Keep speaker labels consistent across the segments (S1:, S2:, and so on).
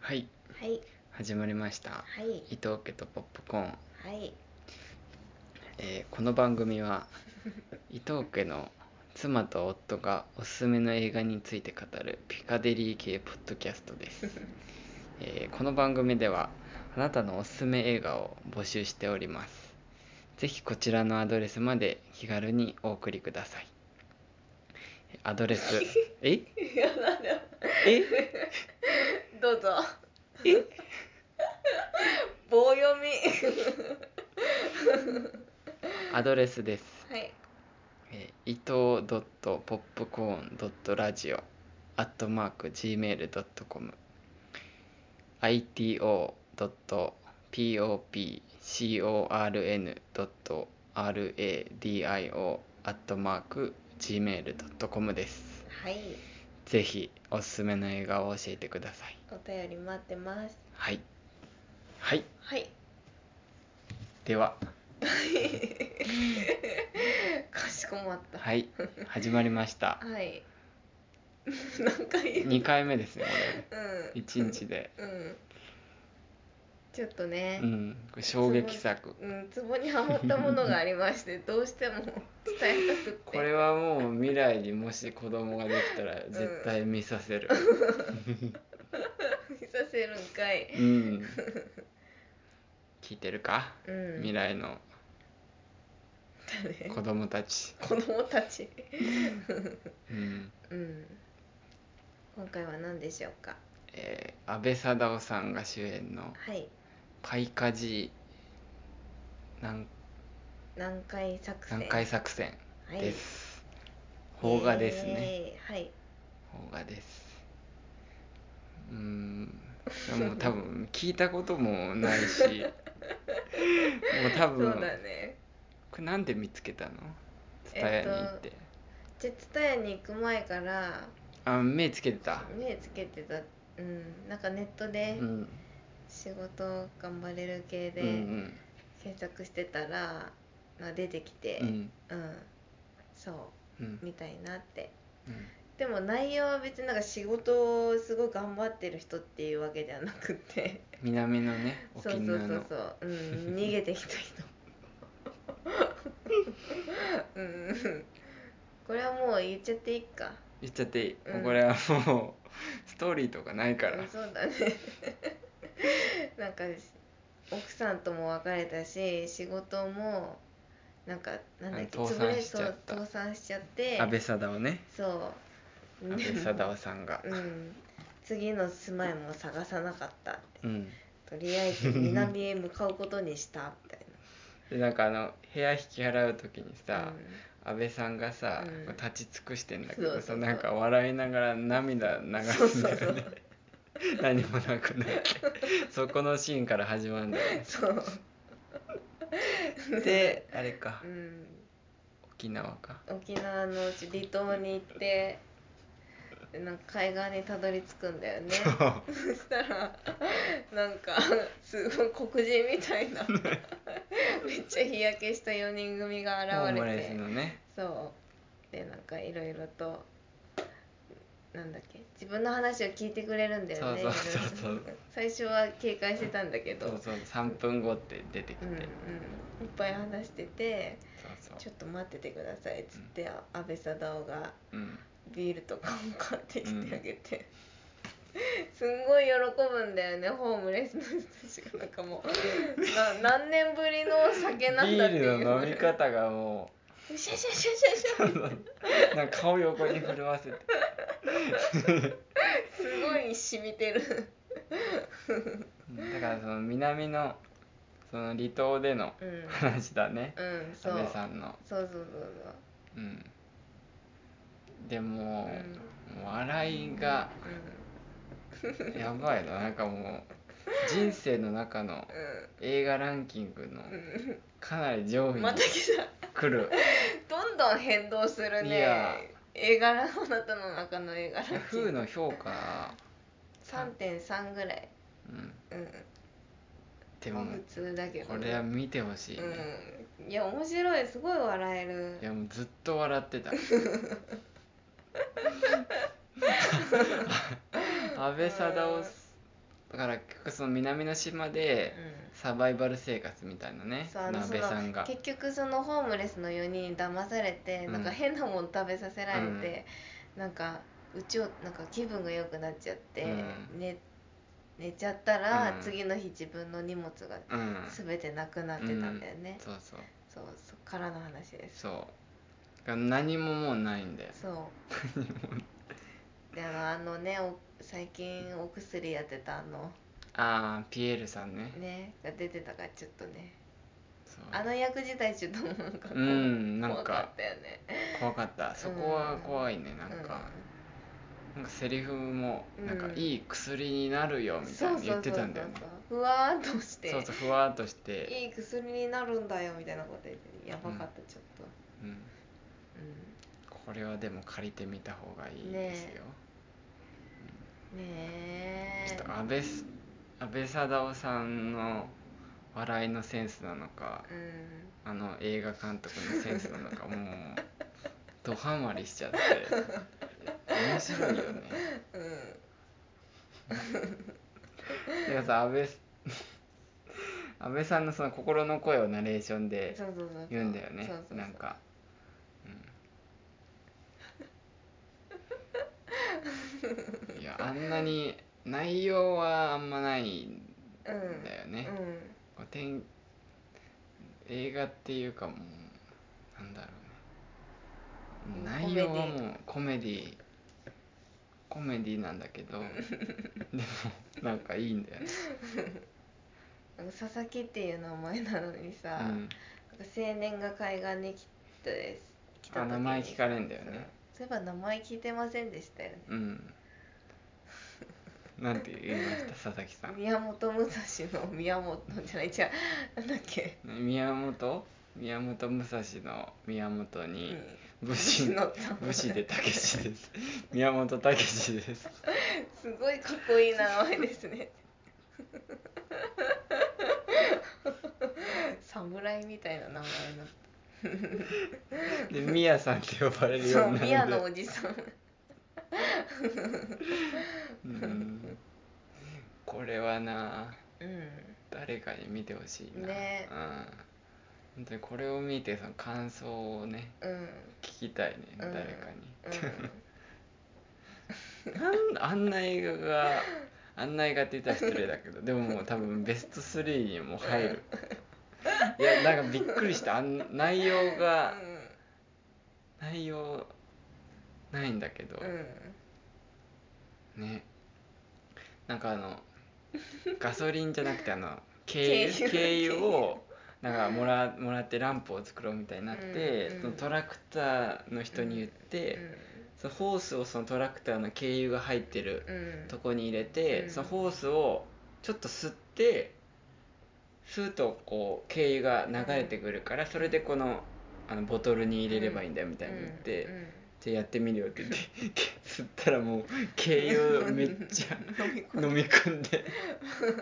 S1: はい
S2: はい
S1: 始まりました
S2: はい
S1: 伊藤家とポップコーン、
S2: はい
S1: えーこの番組は伊藤家の妻と夫がおすすめの映画について語るピカデリー系ポッドキャストです、えーこの番組ではあなたのおすすめ映画を募集しておりますぜひこちらのアドレスまで気軽にお送りくださいアドレスえ
S2: いやなんだよ
S1: え
S2: どうぞ
S1: え
S2: 棒読み
S1: アドレスです
S2: はい
S1: えー、伊藤ドットポップコーンドットラジオアットマーク gmail ドットコム ito ドット popcorn ドット radio アットマーク gmail ドットコムです。
S2: はい
S1: ぜひおすすめの映画を教えてください。
S2: お便り待ってます
S1: はい。はい。
S2: はい
S1: では、
S2: かしこまった
S1: はい。始まりました。
S2: はいなんか言う
S1: 2回目ですね、これ。
S2: う
S1: 1日で。
S2: んうんちょっとね
S1: うん。これ衝撃作。
S2: うんツボにはまったものがあり ましてどうしても伝えたくって
S1: これはもう未来にもし子供ができたら絶対見させる
S2: 見させるんかい
S1: うん、聞いてるか、
S2: うん
S1: 未来の子供たち、
S2: 子供たち
S1: うん
S2: うん今回は何でしょうか
S1: えー、安倍貞夫さんが主演の
S2: はい
S1: 「パイカジー南
S2: 南海作戦
S1: 南海作戦」
S2: はい
S1: です、邦画ですね
S2: えーはい
S1: 邦画ですうんでも多分聞いたこともないし もう多
S2: そう
S1: 分
S2: だね
S1: これなんで見つけたの
S2: え
S1: 伝え
S2: っと
S1: に行って、
S2: じゃあ蔦屋に行く前から
S1: あ目つけてた
S2: 目つけてたうんなんかネットで
S1: うん
S2: 仕事頑張れる系
S1: う
S2: で
S1: ん
S2: 検索してたら、まあ、出てきて
S1: うんうん
S2: うん、そう
S1: うん
S2: みたいなって
S1: うん
S2: でも内容は別になんか仕事をすごい頑張ってる人っていうわけではなくて
S1: 南のね
S2: そう
S1: 沖
S2: そう
S1: 縄
S2: そ
S1: の
S2: うそう、うん、逃げてきた 人うんこれはもう言っちゃっていいか
S1: 言っちゃっていい、
S2: うん
S1: これはもうストーリーとかないから
S2: うんそうだね なんか奥さんとも別れたし仕事もなんかなんだっけ
S1: あの倒産しちゃっ
S2: 潰
S1: た
S2: れそう倒産しちゃって
S1: 安倍貞夫ね
S2: そう
S1: 安倍貞夫さんが
S2: うん、次の住まいも探さなかったって
S1: うん
S2: とりあえず南へ向かうことにした みたい
S1: でなんかあの部屋引き払う時に
S2: な、
S1: さ、安倍さんがさ、
S2: うん
S1: こう立ち尽くしてんだけど
S2: そう
S1: さ
S2: そうそう
S1: なんか笑いながら涙流すんだよね
S2: そうそう
S1: 何もなくなってそこのシーンから始まるんだよね
S2: そう
S1: であれか
S2: うん、
S1: 沖縄か
S2: 沖縄のうち離島に行ってなんか海岸にたどり着くんだよねそしたらなんかすごい黒人みたいなめっちゃ日焼けした4人組が
S1: ホー
S2: 現
S1: ム
S2: れ
S1: レス
S2: て
S1: のね
S2: そうでなんかいろいろとなんだっけ自分の話を聞いてくれるんだよね
S1: そうそうそうそう
S2: いろいろ最初は警戒してたんだけど
S1: そうそう3分後って出てきて、
S2: うんうん、いっぱい話してて
S1: そう
S2: 「ち
S1: そ
S2: ょっと待っててください」っつって、あ安倍貞夫が
S1: う、うん、
S2: ビールとかを買ってきてあげて、 すんごい喜ぶんだよねホームレスの人たちがなんかもうな何年ぶりのお酒なん
S1: ビ
S2: だっていう
S1: ールの飲み方がも
S2: シャシャシャシャシャ
S1: うなんか顔横に震わせて
S2: すごい染みてる
S1: だからその南のその離島での
S2: うん、うん、
S1: 話だね
S2: そ
S1: 安
S2: う
S1: 倍さんの
S2: そうそうそう
S1: うんでも
S2: そう、うん、
S1: 笑い がやばいななんかもう人生の中の映画ランキングの
S2: うん
S1: かなり上
S2: う
S1: 位
S2: ん、
S1: に
S2: また来た
S1: 来る、
S2: どんどん変動する
S1: いや
S2: ね映画ラあなたの中の映画ランキン
S1: 風
S2: グ
S1: の評価、
S2: 3.3ぐらい
S1: うん、
S2: うん
S1: で
S2: ま
S1: も
S2: あ普通だけど
S1: これは見てほしいね、
S2: うんいや面白いすごい笑え
S1: い
S2: る
S1: やもうずっと笑って た安倍貞夫だから結局その南の島でサバイバル生活みたいなね、
S2: そうあのそ
S1: 鍋
S2: の
S1: さんが
S2: 結局そのホームレスの4人に騙されて、
S1: うん
S2: なんか変なもん食べさせられて、なんかうちをなんか気分が良くなっちゃって、
S1: う
S2: 寝寝ちゃったら、
S1: うん
S2: 次の日自分の荷物が
S1: うん
S2: 全てなくなってたんだよね、
S1: そうそう
S2: そうそっからの話です
S1: そうだから何ももうないんだよ
S2: そうであのあのねお最近お薬やってたあの
S1: ああピエールさんね
S2: ねが出てたからちょっとね
S1: そう
S2: あの役自体ちょっともうなんかこう
S1: うんなん
S2: 怖か
S1: か
S2: ったよね
S1: 怖かったそこは怖いねなんか、なんかセリフも
S2: うん
S1: なんかいい薬になるよ
S2: うん
S1: み
S2: そ
S1: たいうな
S2: そう
S1: 言
S2: そ
S1: っ
S2: う
S1: て
S2: そう
S1: たんだよね
S2: ふわーっとして
S1: そうそうふわっとして、
S2: いい薬になるんだよみたいなこと言ってやばかった、ちょっと、
S1: うん、
S2: う
S1: これはでも借りてみた方がいいですよ、
S2: ん、ねえ
S1: ちょっと安倍す安倍貞夫さんの笑いのセンスなのか
S2: うん
S1: あの映画監督のセンスなのかもうドハマりしちゃって面白いよね
S2: う ん
S1: でもさ安倍安倍さんのその心の声をナレーションで
S2: そうそうそう
S1: 言うんだよね
S2: そうそうそう
S1: なんか、うん、いやあんなに内容はあんまないん
S2: うん
S1: だよね、
S2: うん
S1: こうてん映画っていうかもうなんだろうね
S2: もう
S1: 内容は
S2: コメデ
S1: もうコメディコメディなんだけ どでもなんかいいんだよね、
S2: なんか佐々木っていう名前なのに
S1: う
S2: さ、
S1: ん、
S2: なんか青年が海岸に来たです来た
S1: あ
S2: 時に
S1: 名前聞かれんだよね
S2: そうそういえば名前聞いてませんでしたよね
S1: うん。なんて言いま した佐々木さん。
S2: 宮本武蔵の宮本じゃないじゃあなんだっけ、
S1: 宮本宮本武蔵の宮本
S2: う
S1: に
S2: ん、
S1: 武士の
S2: の
S1: 武士で武士です。宮本武士です。
S2: すごいかっこいい名前です ね。侍みたいな名前
S1: で宮さんって呼ばれるよう
S2: の。
S1: にな
S2: そう、宮
S1: るん
S2: の
S1: で。
S2: おじさん。
S1: うん。これはな
S2: うん。
S1: 誰かに見てほしいな。
S2: ね
S1: うん。本当にこれを見てその感想をね
S2: うん。
S1: 聞きたいね
S2: う
S1: 誰
S2: ん
S1: かに。
S2: う
S1: なんあんな映画 があんな映画って言ったら失礼だけどでももう多分ベスト3にも入るいやなんかびっくりしたあん内容が
S2: ん。
S1: 内容ないんだけど
S2: うん。 うん。
S1: ねなんかあ のガソリンじゃなくてあの軽油軽油をなんかもらもらってランプを作ろうみたいになって、
S2: うんうん
S1: そのトラクターの人に言って、そのホースをそのトラクターの軽油が入ってる
S2: うん。
S1: とこに入れて、
S2: うん
S1: そのホースをちょっと吸って吸うとこう経由が流れてくるから、それでこのあのボトルに入れればいいんだよみたいに言って、
S2: うんうん
S1: じゃあやってみるよって言って吸ったらもう経由めっちゃ
S2: 飲み込んで
S1: 飲み込ん でう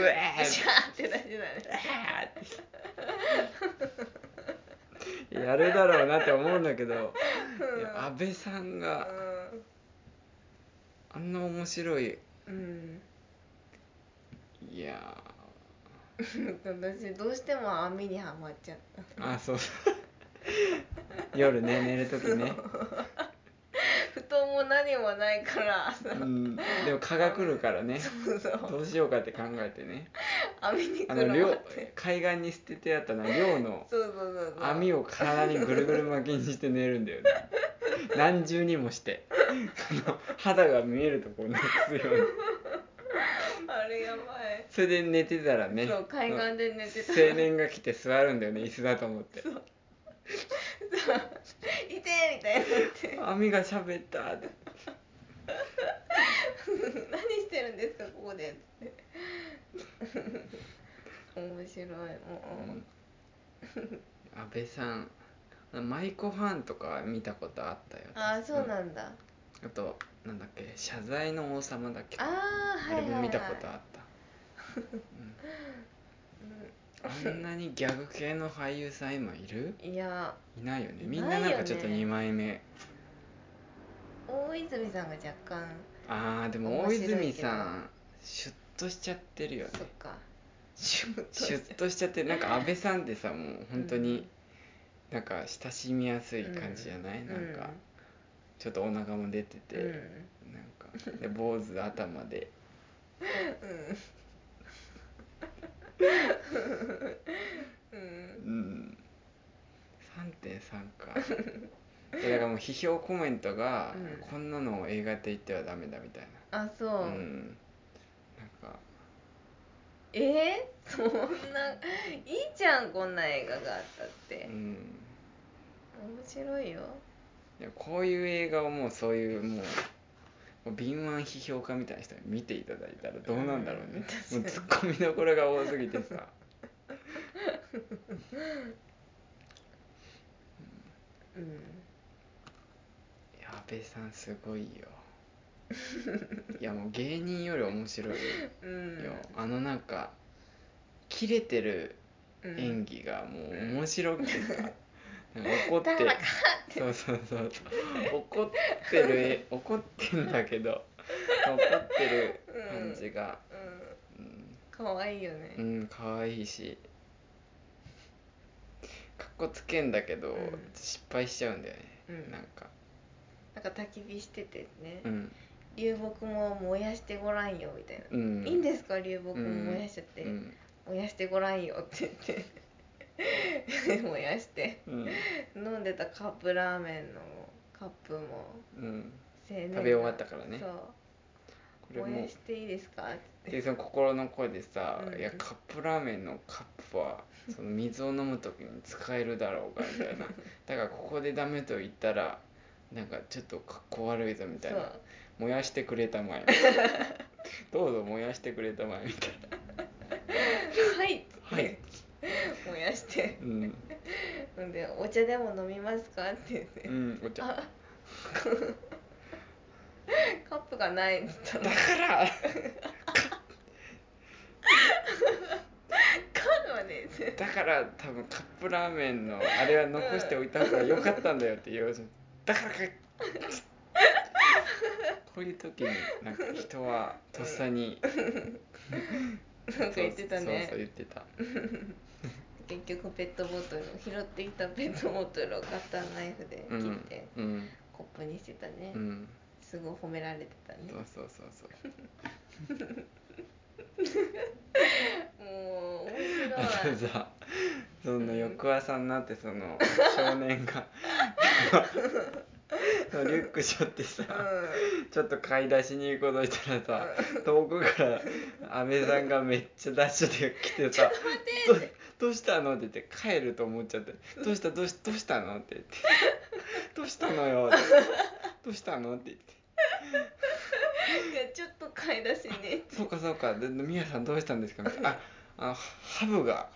S1: わ
S2: シャーって出してたね。
S1: ーやるだろうなって思うんだけど、いや安倍さんがあんな面白い
S2: うん。
S1: いや
S2: うん。私どうしても網にはまっちゃった。
S1: ーあそう夜ね寝る時ね
S2: 布団も何もないから。
S1: うん、でも蚊が来るからね
S2: そうそう。
S1: どうしようかって考えてね
S2: 網に
S1: あ
S2: く
S1: の
S2: るま
S1: 漁
S2: って。
S1: 海岸に捨ててあったのは漁の
S2: そうそうそうそう。
S1: 網
S2: を。
S1: を体にぐるぐる巻きにして寝るんだ よね何重にもしてあの肌が見えるとこなくすよう に
S2: あれやばい。
S1: それで寝てたらね
S2: そう海岸で寝てた。
S1: 青年が来て座るんだよね椅子だと思って
S2: いてーみたいになって。
S1: 網が喋ったって
S2: 何して るんですかここで。 って面白い。も
S1: 安倍さんマイコファンとか見たことあったよ
S2: う。ああそうなんだ。
S1: あとなんだっけ謝罪の王様だっけ
S2: ああ
S1: あ
S2: は
S1: れ
S2: いはい、はい。
S1: も見たことあった、うんあんなにギャグ系の俳優さん今いる
S2: いや
S1: いないよね
S2: いない
S1: み
S2: よね
S1: んななんかちょっと2枚目、
S2: 大泉さんが若干
S1: あーでも大
S2: 面白いけど
S1: 泉さんシュッとしちゃってるよね
S2: そっか
S1: シュシュッとしちゃってなんか安倍さんってさもう本当になんか親しみやすい感じじゃない、
S2: うん
S1: なんかちょっとお腹も出てて、
S2: うん
S1: なんかで坊主頭で
S2: うん
S1: うん3.3かえだからもう批評コメントが、
S2: うん
S1: こんなのを映画って言ってはダメだみたい
S2: あそう、
S1: なうんなんか
S2: えー、そんないいじゃんこんな映画があったっ
S1: う
S2: て面
S1: ん
S2: 白いよ
S1: でもこういう映画をもうそういうもうもう敏腕批評家みたいな人に見ていただいたらどうなんだろうね、
S2: うん
S1: もうツッコミどころが多すぎてさ
S2: うん
S1: 矢部さんすごいよいやもう芸人より面白いよ、
S2: うん
S1: あのなんか切れてる
S2: うん
S1: 演技がもう面白くてさ、なんか怒って
S2: 誰か
S1: そうそうそうそう怒ってるえ怒ってんだけど怒ってる感じが、
S2: うん
S1: うん
S2: 可愛いよね
S1: うん、可愛いしかっこつけんだけど、
S2: うん
S1: 失敗しちゃうんだよね、
S2: うん
S1: なんか
S2: なんか焚き火しててね、
S1: うん
S2: 流木も燃やしてごらんよみたいな、
S1: うん
S2: いい
S1: す
S2: んですか流木も燃やしちゃって、
S1: うん
S2: 燃やしてごらんよって言って 燃やして
S1: うん
S2: 飲んでたカップラーメンのカップも
S1: うん、
S2: 青年が
S1: 食べ終わったからね
S2: そう
S1: これ
S2: 燃
S1: も
S2: やしていいですかって
S1: でその心の声でさ、
S2: うん
S1: いやカップラーメンのカップ はその水を飲む時に使えるだろうかみたい なだからここでダメと言ったらなんかちょっとかっこ悪いぞみたいな
S2: そ
S1: 燃やしてくれたま えどうぞ燃やしてくれたまえみたいな
S2: う はいっつって、
S1: はい、
S2: 燃やして
S1: うん
S2: ほんでお茶でも飲みますかって言って
S1: うん、お茶だか
S2: あ カップがないって言ったら
S1: ら
S2: カップはね
S1: だから多分カップラーメンのあれは残しておいた方が良かったんだよって言うじゃんだからかこういう時になんか人はとっさに
S2: なんか言ってた
S1: そうそうそう
S2: ね
S1: 言ってた
S2: 結局ペットボトル拾ってきたペットボトルをカッターナイフで
S1: う
S2: 切っ
S1: ん
S2: て、
S1: うん
S2: コップにしてたね、
S1: うん
S2: すごい褒められてたね
S1: そうそうそうそう
S2: もう面
S1: あ
S2: 白い
S1: とさ その翌朝になってその少年 がそのリュック背負ってさ、ちょっと買い出しに行こうとしたらさ、遠くから阿部さんがめっちゃダッシュで来て さ「どどうしたの?」って言って帰ると思っちゃって「どうしたどうしたどうしたの?」って言 って「どうしたのよ」って「どうしたの?」って言って
S2: うんいやちょっと買い出しね
S1: 「そうかそうかでみやさんどうしたんですか?」み たいな「ああハブが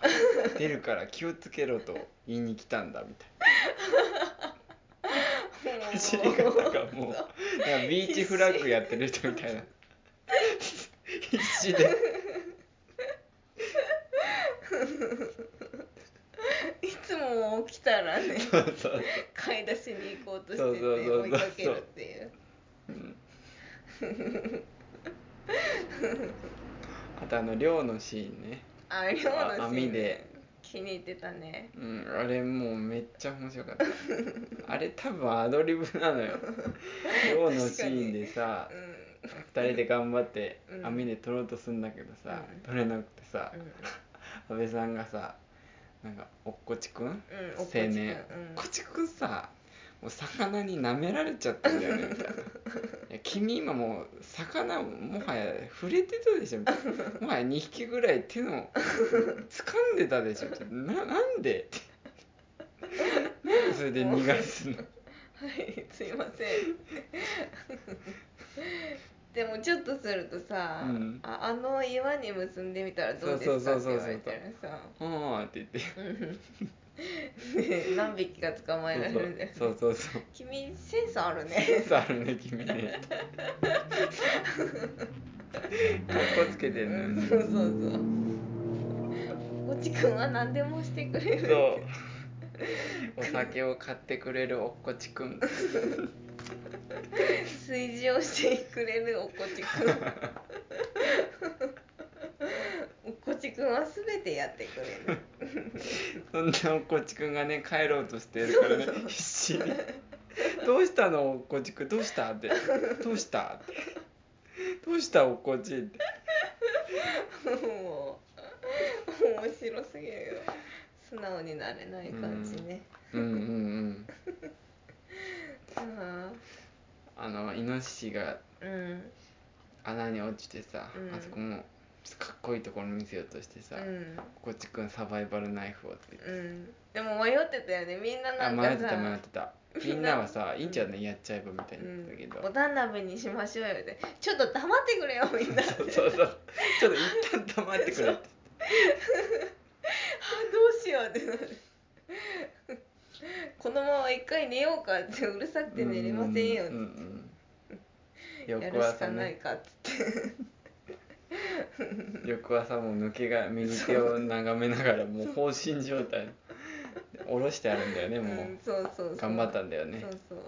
S1: 出るから気をつけろ」と言いに来たんだみたい な走り方がもうなんかビーチフラッグやってる人み たいな必死で。
S2: いつも起きたらね
S1: そうそう
S2: 買い出しに行こうとして
S1: そうそう
S2: て
S1: そうそう
S2: 追いかけるっていう
S1: うん あとあの漁のシーンね、
S2: あ漁のシーン
S1: あ網で
S2: 気に入ってたね
S1: うん、あれもうめっちゃ面白かったあれ多分アドリブなのよ漁のシーンでさ
S2: うん
S1: 2人で頑張って
S2: うん
S1: 網で取ろうとすんだけどさ、
S2: うん
S1: 取れなくてさ
S2: うん
S1: 阿部さんがさなんかおっこちくん、
S2: おっこちくん
S1: 青年
S2: うん
S1: おっこちくんさもう魚に舐められちゃったんだよ ねみたいないや君今もう魚もはや触れてたでしょみたいなもはや2匹ぐらい手の掴んでたでしょみたいなななんでなんでそれで逃がすの
S2: はいすいません でもちょっとするとさ、
S1: うん
S2: ああの岩に結んでみたらどうですか
S1: そうそう
S2: って
S1: そうそう
S2: 言われたらさ
S1: 「ああ」って言って
S2: うんね何匹か捕まえられるんだよね
S1: そうそうそうそう
S2: 君センスある
S1: セン
S2: ね
S1: スあるね君 ねかっこつけて
S2: うん
S1: のよ
S2: ん
S1: ね
S2: そうそうそうこっちくんは何でもしてくれる
S1: そうお酒を買ってくれるおっこちくん
S2: 炊事をしてくれるおこちくんくんは全てやってくれる
S1: そんなおっこちくんがね帰ろうとしてるからね必死に「どうしたのおっこちくんどうした?」って「どうした?」って「どうしたおっこち」って
S2: もう面白すぎるよ素直になれない感じね、
S1: うんうんうん
S2: あ
S1: あのイノシシが
S2: あうん
S1: 穴に落ちてさ、
S2: うん
S1: あそこもかっこいいところ見せようとしてさ、
S2: うん
S1: おっこちくんサバイバルナイフをって言って
S2: うんでも迷ってたよねみんな
S1: あ
S2: なん
S1: 迷っ
S2: か
S1: てた迷っ
S2: さ
S1: てたみんなはさ「いいんじゃないやっちゃえば」みたいに言ってたけど、
S2: うん、ボタン鍋にしましょうよってちょっと黙ってくれよ みんなあど
S1: そうそうそうちょっと一旦黙ってくれって
S2: うしようってなるこのまま一回寝ようかってうるさくて寝れませんよっ
S1: う
S2: て
S1: んうんうん
S2: や
S1: 翌
S2: るしか
S1: 朝
S2: ない
S1: ね
S2: かっつって
S1: 翌朝も抜けが右手を眺めながらもう放心状態下ろしてあるんだよねも
S2: うんそうそうそう
S1: う頑張ったんだよね
S2: そうそう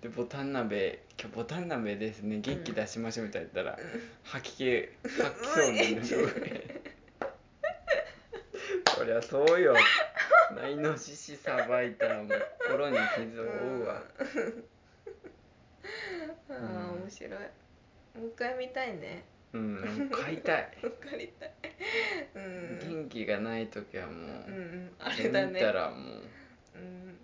S1: でボタン鍋今日ボタン鍋ですね元気出しましょうみたいに言ったら、吐き気吐きそうになるのよそりゃそうよイノシシさばいたらもう心に傷を負うわ、
S2: あ
S1: う
S2: あ
S1: ん
S2: 面白いもう一回見たいね
S1: うん、買いたい、
S2: わかりたいうん
S1: 元気がない時はも
S2: う
S1: う、
S2: んあれだね
S1: 見たらもう、
S2: う
S1: う
S2: ん
S1: ん